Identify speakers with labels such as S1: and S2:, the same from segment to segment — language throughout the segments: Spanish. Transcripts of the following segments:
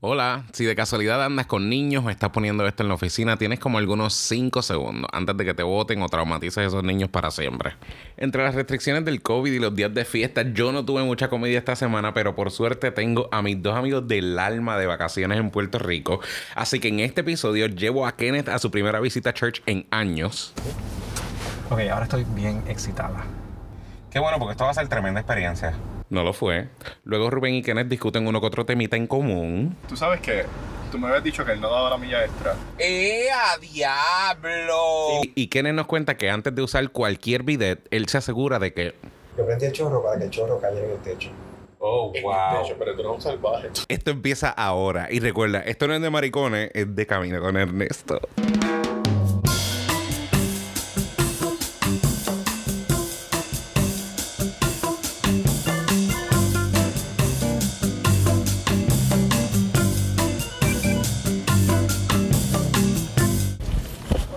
S1: Hola, si de casualidad andas con niños o estás poniendo esto en la oficina, tienes como algunos 5 segundos antes de que te voten o traumatices a esos niños para siempre. Entre las restricciones del COVID y los días de fiesta, yo no tuve mucha comida esta semana, pero por suerte tengo a mis dos amigos del alma de vacaciones en Puerto Rico. Así que en este episodio llevo a Kenneth a su primera visita a church en años.
S2: Ok, ahora estoy bien excitada.
S3: Qué bueno, porque esto va a ser tremenda experiencia.
S1: No lo fue. Luego Rubén y Kenneth discuten uno que otro temita en común.
S4: Tú sabes que tú me habías dicho que él no daba la milla extra.
S3: ¡Eh, a diablo!
S1: Y- Y Kenneth nos cuenta que antes de usar cualquier bidet, él se asegura de que
S5: Yo prendí el chorro para que el chorro cayera en el techo.
S3: Oh,
S4: De
S3: wow.
S4: hecho, pero tú eres un salvaje.
S1: Esto empieza ahora. Y recuerda, esto no es de maricones, es de camino con Ernesto.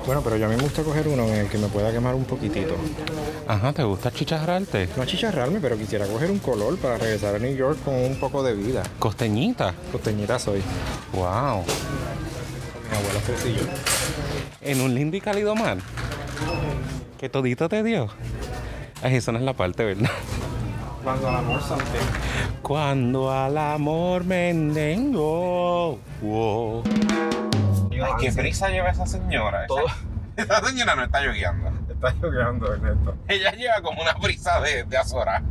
S5: Bueno, pero yo a mí me gusta coger uno en el que me pueda quemar un poquitito.
S1: Ajá, ¿te gusta chicharrarte?
S5: No achicharrarme, pero quisiera coger un color para regresar a New York con un poco de vida.
S1: Costeñita.
S5: Costeñita soy.
S1: Wow.
S5: Mi abuela Cecillo.
S1: En un lindo y cálido mar. Que todito te dio. Ay, esa no es la parte, ¿verdad?
S5: Cuando al amor santé.
S1: Cuando al amor me endengo. Wow.
S5: "Ah,
S3: Ay, qué prisa lleva esa señora. Esa, esa señora no está lloviendo.
S5: Estás yogueando, Ernesto.
S3: Ella lleva como una prisa de, de azora.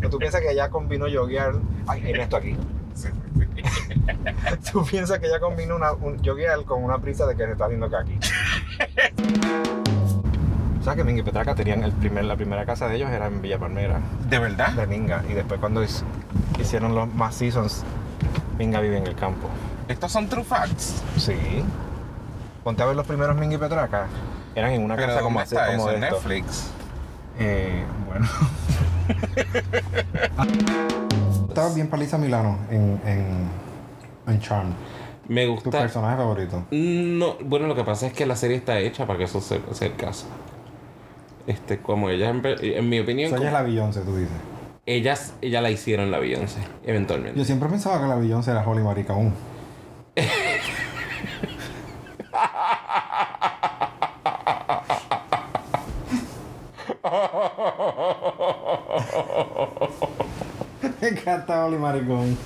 S5: ¿No ¿Tú piensas que ella combinó yoguear? Ay, Ernesto aquí. ¿Tú piensas que ella combinó una, un yoguear con una prisa de que se está haciendo aquí? ¿Sabes que Minga y Petraca tenían el primer, la primera casa de ellos era en Villa Palmera?
S3: ¿De verdad?
S5: de Minga y después cuando his- hicieron los más seasons, Minga vive en el campo.
S3: Estos son true facts.
S5: Sí. Ponte a ver los primeros Minga y Petraca. Eran en una
S3: Pero
S5: casa como
S3: ¿dónde
S5: así,
S3: está eso?
S5: como de
S3: En
S5: esto.
S3: Netflix.
S5: Eh, bueno. Estaba bien paliza Milano en, en, en Charm.
S1: Me
S5: Tu
S1: gusta.
S5: personaje favorito.
S1: No, bueno, lo que pasa es que la serie está hecha para que eso sea, sea el caso. Este, como ella, en, en mi
S5: O
S1: opinión,
S5: sea, ella es
S1: como-
S5: la Beyoncé, tú dices.
S1: ellas, ella la hicieron la Beyoncé, eventualmente.
S5: Yo siempre pensaba que la Beyoncé era Holly Marica aún. Me encanta Holly Maricón.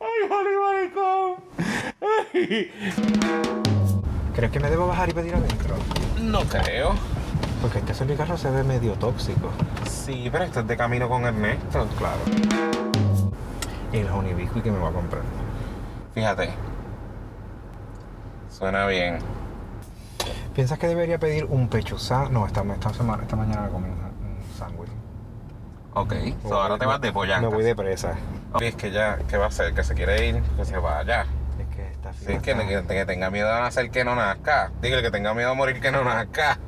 S1: ¡Ay, Holly Maricón!
S5: ¿Crees que me debo bajar y pedir adentro?
S3: No creo.
S5: Porque este sonido carro se ve medio tóxico.
S3: Sí, pero esto es de camino con Ernesto.
S5: Claro. Y el Honey Biscuit que me voy a comprar.
S3: Fíjate. Suena bien.
S5: ¿Piensas que debería pedir un pecho sa- No, esta, esta, semana, esta mañana me comí un un sándwich.
S3: Ok. So, ahora te vas de
S5: Me
S3: pollanca.
S5: voy de presa.
S3: Oye, es que ya, ¿qué va a hacer? Que se quiere ir, que se vaya.
S5: Es que esta
S3: Sí, que,
S5: fiesta-
S3: que, que tenga miedo a nacer que no nazca. Digo, el que tenga miedo a morir que no nazca.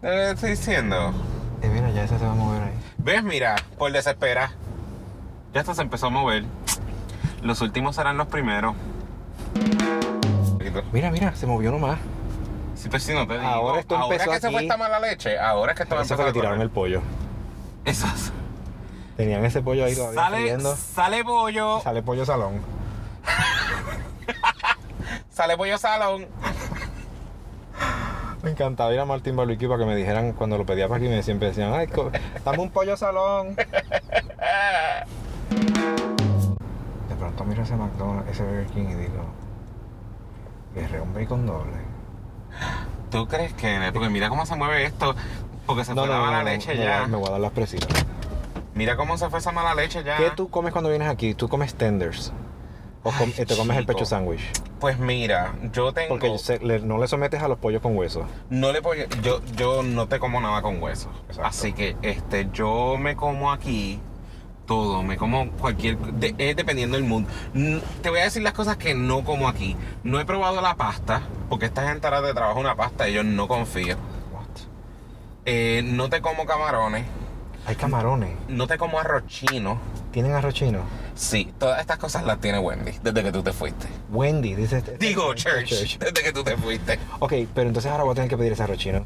S3: ¿Qué le estoy diciendo?
S5: Eh, mira, ya esa se va a mover ahí.
S3: ¿Ves? Mira, por desespera. Ya hasta se empezó a mover. Los últimos serán los primeros.
S5: Mira, mira, se movió nomás.
S3: Sí, pues sí, no te digo.
S5: Ahora esto
S3: ahora
S5: empezó
S3: que se fue
S5: aquí.
S3: esta mala leche, ahora es que esto va a
S5: Eso fue
S3: empezar
S5: que
S3: a correr.
S5: tiraron el pollo.
S3: Eso.
S5: Tenían ese pollo ahí todavía
S3: Sale,
S5: friendo.
S3: sale pollo,
S5: Sale pollo salón.
S3: sale pollo salón.
S5: Me encantaba ir a Martín Barbeque para que me dijeran cuando lo pedía para aquí, me siempre decían, ay, co- dame un pollo salón. De pronto miro ese McDonald's, ese Burger King y digo, guerrero un bacon doble.
S3: ¿Tú crees que? Porque mira cómo se mueve esto. Porque se fue la mala leche
S5: me,
S3: ya.
S5: voy a- me voy a dar las presitas.
S3: Mira cómo se fue esa mala leche ya.
S5: ¿Qué tú comes cuando vienes aquí? ¿Tú comes tenders? ¿O com-
S3: Ay,
S5: te comes el
S3: chico.
S5: pecho sándwich?
S3: Pues mira, yo tengo.
S5: Porque se- le- no le sometes a los pollos con hueso.
S3: No le puedo- yo, yo no te como nada con hueso.
S5: Exacto.
S3: Así que este, yo me como aquí todo, me como cualquier, de- es dependiendo del mundo. Te voy a decir las cosas que no como aquí. No he probado la pasta, porque esta gente ahora te trabaja una pasta y yo no confío.
S5: What?
S3: Eh, no te como camarones,
S5: Hay camarones.
S3: no te como arroz chino.
S5: ¿Tienen arroz chino?
S3: Sí, todas estas cosas las tiene Wendy desde que tú te fuiste.
S5: Wendy, dice. este-
S3: Digo,
S5: este-
S3: Church, desde que tú te fuiste.
S5: Ok, pero entonces ahora voy a tener que pedir ese arroz chino.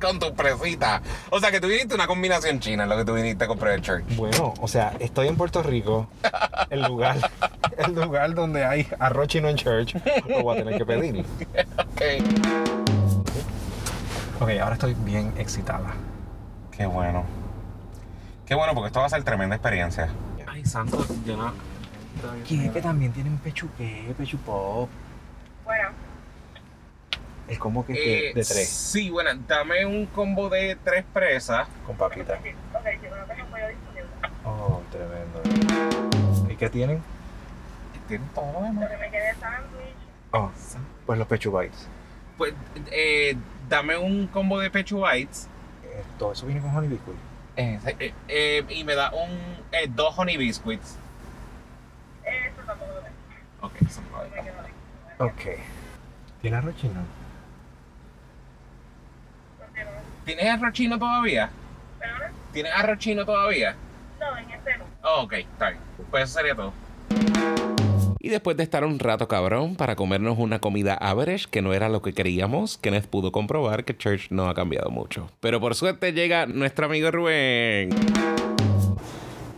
S3: con tus presitas. O sea que tú viniste una combinación china, lo que tú viniste a comprar el church.
S5: Bueno, o sea, estoy en Puerto Rico, el lugar, el lugar donde hay arroz chino en church, lo voy a tener que pedir.
S3: Ok.
S2: Ok, ahora estoy bien excitada.
S3: Qué bueno. Qué bueno, porque esto va a ser tremenda experiencia. Ay, santo, yo no.
S2: ¿Quién es que también tienen pechuque, pechupop?
S6: Bueno, Eh,
S5: Es como que de, de tres,
S3: Eh, Sí, bueno, dame un combo de tres presas.
S5: con papita.
S6: sí, ok, si no tengo pollo disponible,
S5: Oh, tremendo. ¿Y qué tienen?
S3: Tiene todo lo demás.
S6: lo que me quede es sándwich,
S5: Oh, pues los pechu bites.
S3: Pues, eh, dame un combo de pechu bites.
S5: Eh, Todo eso viene con honey biscuit.
S3: Eh, eh, eh, y me da un eh, dos honey biscuits.
S6: eso tampoco lo tengo,
S3: Ok, eso me lo doy.
S6: me quedo ahí.
S5: Ok. ¿Tiene arroz chino?
S6: Porque no,
S3: ¿Tienes arroz chino todavía?
S6: ¿Perdona?
S3: ¿Tienes arroz chino todavía?
S6: No, en este no.
S3: Oh, ok, está bien. Pues eso sería todo.
S1: Y después de estar un rato cabrón para comernos una comida average que no era lo que queríamos, Kenneth pudo comprobar que Church no ha cambiado mucho. Pero por suerte llega nuestro amigo Rubén.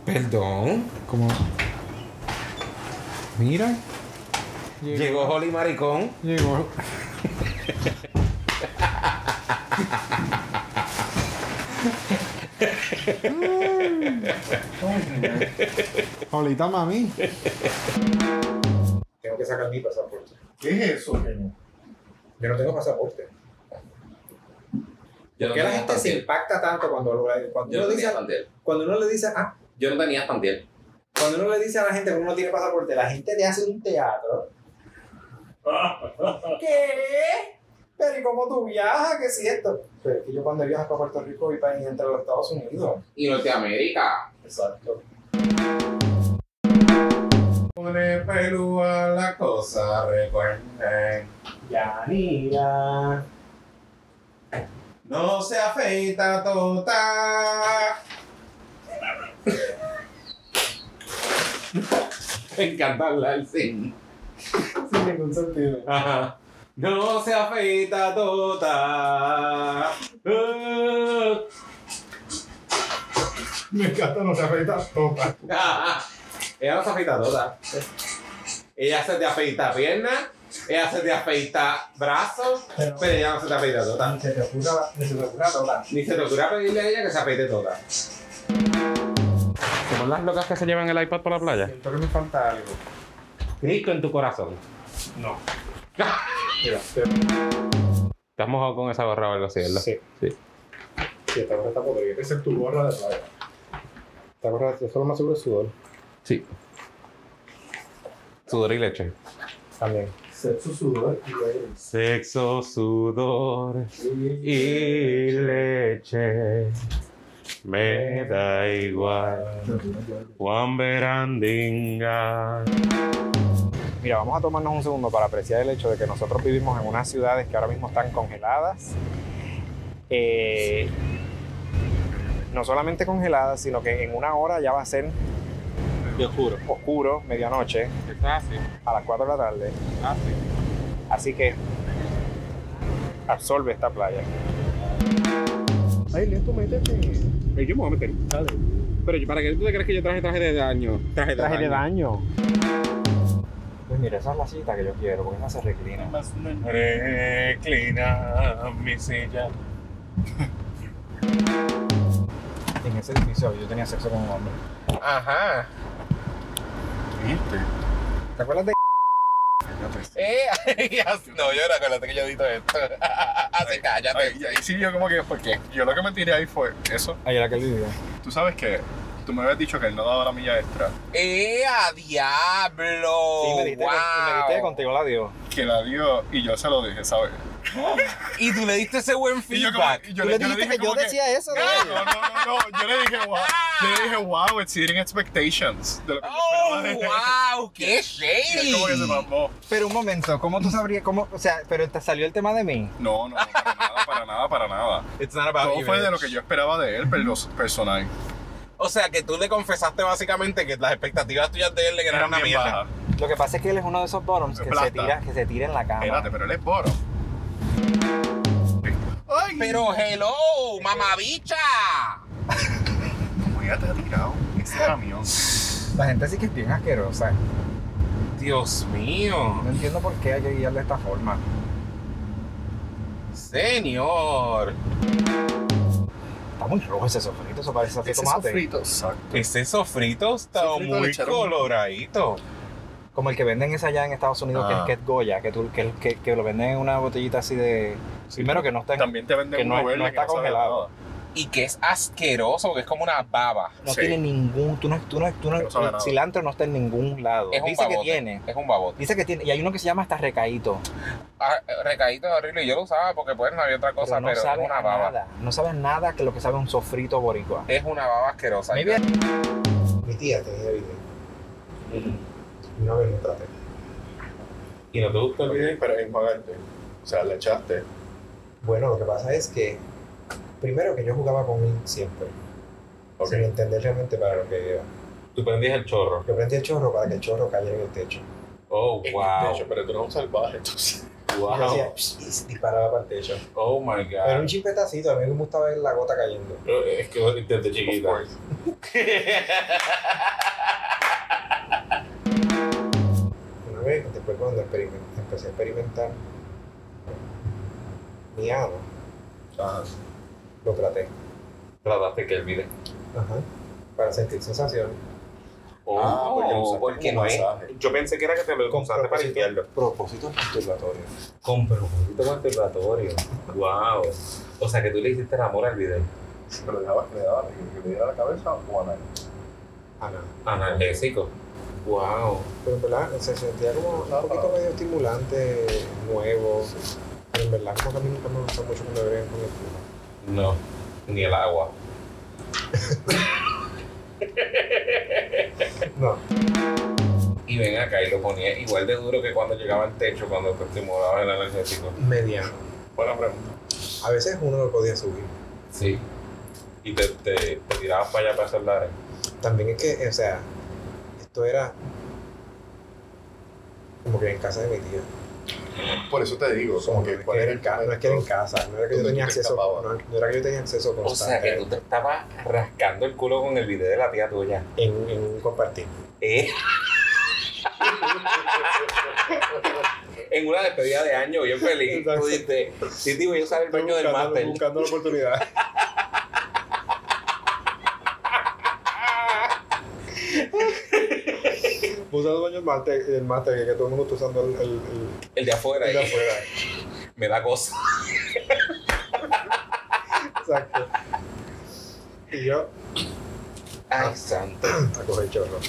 S1: Perdón.
S7: Como. Mira.
S1: Llegó Holly Maricón.
S7: Llegó. Jolita mami.
S8: Tengo que sacar mi pasaporte. ¿Qué es eso? Yo no tengo pasaporte. ¿Por qué la gente se impacta tanto cuando, lo- cuando, uno, dice, cuando uno le dice, ah,
S1: Yo no tenía pantiel.
S8: cuando uno le dice a la gente que uno no tiene pasaporte, la gente te hace un teatro. ¿Qué? Pero ¿y cómo tú viajas? ¿Qué es esto? Pero es que yo cuando viajo para Puerto Rico y para y entre los Estados Unidos.
S1: Y Norteamérica.
S8: Exacto.
S3: Pone Perú a la cosa, recuerden.
S8: Ya, mira.
S3: No se afeita total.
S1: Me encanta hablar sin.
S8: Sin ningún sentido.
S1: Ajá. No se afeita tota. Ah.
S8: Me encanta, no se tota. afecta. Topa.
S1: Ah, ella no se afeita toda. Ella se te afeita pierna, ella se te afeita brazos,
S8: Pero-
S1: pero ella no se te afeita toda.
S8: Se te ocurra, se te tota. ocurra topa.
S1: Ni se te ocurra pedirle a ella que se afeite tota. toda.
S3: ¿Cómo las locas que se llevan el iPad para la playa?
S8: Siento que me falta algo.
S3: Cristo en tu corazón.
S8: Mira,
S3: Te has mojado con esa gorra o algo así, ¿verdad?
S8: Sí.
S3: Sí.
S8: Sí, esta gorra está podrida. Esa es tu gorra de playa. Esta gorra es solo más seguro es sudor.
S3: Sí. Sudor y leche.
S8: También. Sexo, sudor y aire.
S3: Sexo, sudor y leche. Me da igual. Juan Berandinga.
S5: Mira, vamos a tomarnos un segundo para apreciar el hecho de que nosotros vivimos en unas ciudades que ahora mismo están congeladas. Eh, no solamente congeladas, sino que en una hora ya va a ser oscuro. Oscuro, medianoche, a las 4 de la tarde. Así que absorbe esta playa.
S7: Ay, lento, métete. Ay, yo me voy a meter. Dale. Pero yo- ¿para qué tú te crees que yo traje traje de daño? Traje de
S5: Traje de
S7: daño.
S5: daño. Pues mira, esa es la cita que yo quiero, porque esa se reclina.
S3: Reclina mi silla.
S5: En ese edificio yo tenía sexo con un hombre.
S3: Ajá.
S5: ¿Te acuerdas de
S3: Eh, no, yo no acuérdate que yo edito esto. Así cállate.
S4: Ay, y ahí sí yo como que, porque yo lo que me tiré ahí fue eso.
S5: ayer aquel día?
S4: Tú sabes que tú me habías dicho que él no daba la milla extra,
S3: ¡Eh, a diablo!
S1: Oh,
S5: Sí, me dijiste, que- me dijiste que contigo la dio.
S4: que la dio y yo se lo dije, ¿sabes?
S3: Y tú le diste ese buen
S4: Y yo, como,
S3: feedback.
S4: y yo,
S6: Pues
S4: le, yo le dije como que
S5: eso
S4: No, no, no, no, yo le dije, wow, yo le dije, wow, exceeding expectations. De lo que yo
S3: ¡Oh,
S4: esperaba de él.
S3: wow! ¡Qué
S4: Y él como que se
S3: shady!
S4: mamó.
S5: Pero un momento, ¿cómo tú sabrías cómo, o sea, pero te salió el tema de mí?
S4: No, no, para nada, para nada, para nada.
S3: It's not about
S4: Todo
S3: you,
S4: fue de
S3: bitch.
S4: lo que yo esperaba de él, pero los personajes
S3: O sea, que tú le confesaste básicamente que las expectativas tuyas de él le eran
S4: eran
S3: una
S4: bien
S3: mierda.
S4: bajas.
S5: Lo que pasa es que él es uno de esos bottoms
S4: Me
S5: que se
S4: aplasta.
S5: tira, que se tira en la cama.
S4: Espérate, pero él es Boro. Ay,
S3: Pero hello, mamabicha.
S4: Como ya te ha tirado ese camión.
S5: La gente sí que es bien asquerosa.
S3: Dios mío.
S5: No entiendo por qué hay que guiar de esta forma.
S3: Señor.
S5: Está muy rojo ese sofrito, eso parece de
S4: Ese
S5: tomate.
S4: sofrito, exacto.
S3: Ese sofrito está
S4: Sofrito le
S3: muy
S4: echaron-
S3: coloradito.
S5: Como el que venden ese allá en Estados Unidos, que es
S4: Ah.
S5: que es Goya, que, tú, que, que, que lo venden en una botellita así de... Primero que no está en-
S4: También te venden
S5: que no
S4: una
S5: es-
S4: verde
S5: no está
S4: que sabe a
S5: congelado.
S4: nada.
S3: Y que es asqueroso, que es como una baba.
S5: No
S4: Sí.
S5: tiene ningún... Tú no, tú no, tú no,
S4: No sabe nada.
S5: cilantro no está en ningún lado.
S3: Es un
S5: Dice que
S3: babote.
S5: tiene.
S3: Es un babote.
S5: Dice que tiene. Y hay uno que se llama hasta recaíto.
S3: Ah, recadito es horrible. Yo lo usaba porque pues no había otra cosa,
S5: pero
S3: pero,
S5: no sabe
S3: es una
S5: a
S3: baba.
S5: nada. No sabe a nada que lo que sabe un sofrito boricua.
S3: Es una baba asquerosa.
S5: Maybe-
S8: Mi tía tenía video.
S5: Mm.
S8: Y Una vez lo traté.
S7: Y no te gusta el video, pero enjuagarte. O sea, le echaste.
S8: Bueno, lo que pasa es que, primero que yo jugaba con él siempre,
S7: Ok.
S8: sin entender realmente para lo que iba.
S7: Tú prendías el chorro.
S8: Yo prendí el chorro para que el chorro cayera en el techo.
S7: Oh,
S8: En
S7: wow.
S8: el techo,
S7: pero tú eres un salvaje, entonces.
S8: Y yo hacía
S7: Wow.
S8: psh, y se disparaba para el techo.
S7: Oh my
S8: Era un
S7: god.
S8: chimpetacito, a mí me gustaba ver la gota cayendo.
S7: Pero Es que desde chiquita.
S8: Una vez, después cuando experimen- empecé a experimentar mi ano, lo traté.
S7: Trataste que el video.
S8: Ajá. Para sentir sensaciones.
S7: Oh,
S3: Ah, porque lo usaste
S7: porque
S3: como
S7: no es. Yo pensé que era que te lo usaste para
S8: propósito-
S7: limpiarlo.
S8: Propósitos masturbatorios.
S7: Con propósito masturbatorio. Wow. O sea que tú le hiciste el amor al video.
S4: Pero le daba, le daba, le daba la cabeza o a nadie.
S8: Ah, no.
S7: Analésico. Wow.
S8: Pero en verdad se sentía como
S5: Ah,
S8: un poquito medio estimulante, nuevo. Pero en verdad como que a mí nunca me gusta mucho cuando beben con el culo.
S7: No. Ni el agua.
S8: No.
S7: Y ven acá y lo ponía igual de duro que cuando llegaba al techo, cuando te estimulaba el analgésico.
S8: Mediano.
S7: Buena pregunta.
S8: A veces uno lo podía subir.
S7: Sí. Y te, te, te tirabas para allá para hacer la
S8: También es que, o sea, esto era como que en casa de mi tía.
S4: Por eso te digo, como que
S8: no, es que era en ca- no es que era en casa, no era que yo
S4: ¿Dónde
S8: tenía
S4: tú te
S8: acceso,
S4: escapabas?
S8: no, no era que yo tenía acceso
S7: O sea
S8: constante
S7: que tú te estabas rascando el culo con el video de la tía tuya.
S8: en, en un compartir.
S7: ¿Eh? en una despedida de año bien feliz. Tú
S8: Exacto.
S7: dices, Titi, voy a usar el baño del máster.
S8: buscando la oportunidad. Usa los baños del máster, del máster, que, que todo el mundo está usando el, el, el-
S7: El de afuera.
S8: el de
S7: ahí.
S8: afuera.
S7: Me da cosa.
S8: Exacto. Y yo
S7: Ay, santo.
S8: a coger chorro.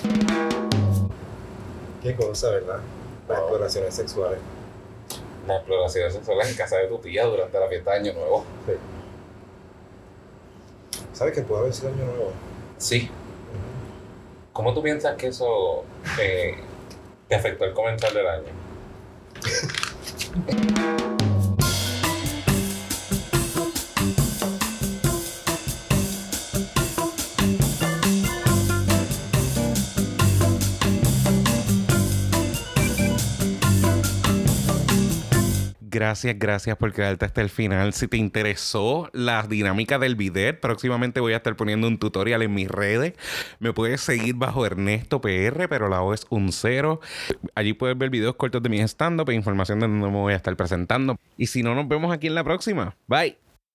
S8: Qué cosa, ¿verdad? Las exploraciones sexuales.
S7: La exploración sexual en casa de tu tía durante la fiesta de Año Nuevo.
S8: ¿Sabes que puede haber sido año nuevo?
S7: Sí. ¿Cómo tú piensas que eso eh, te afectó el comenzar del año?
S1: Gracias, gracias por quedarte hasta el final. Si te interesó la dinámica del bidet, próximamente voy a estar poniendo un tutorial en mis redes. Me puedes seguir bajo Ernesto PR, pero la O es un cero. Allí puedes ver videos cortos de mis stand-up e información de dónde me voy a estar presentando. Y si no, nos vemos aquí en la próxima. Bye.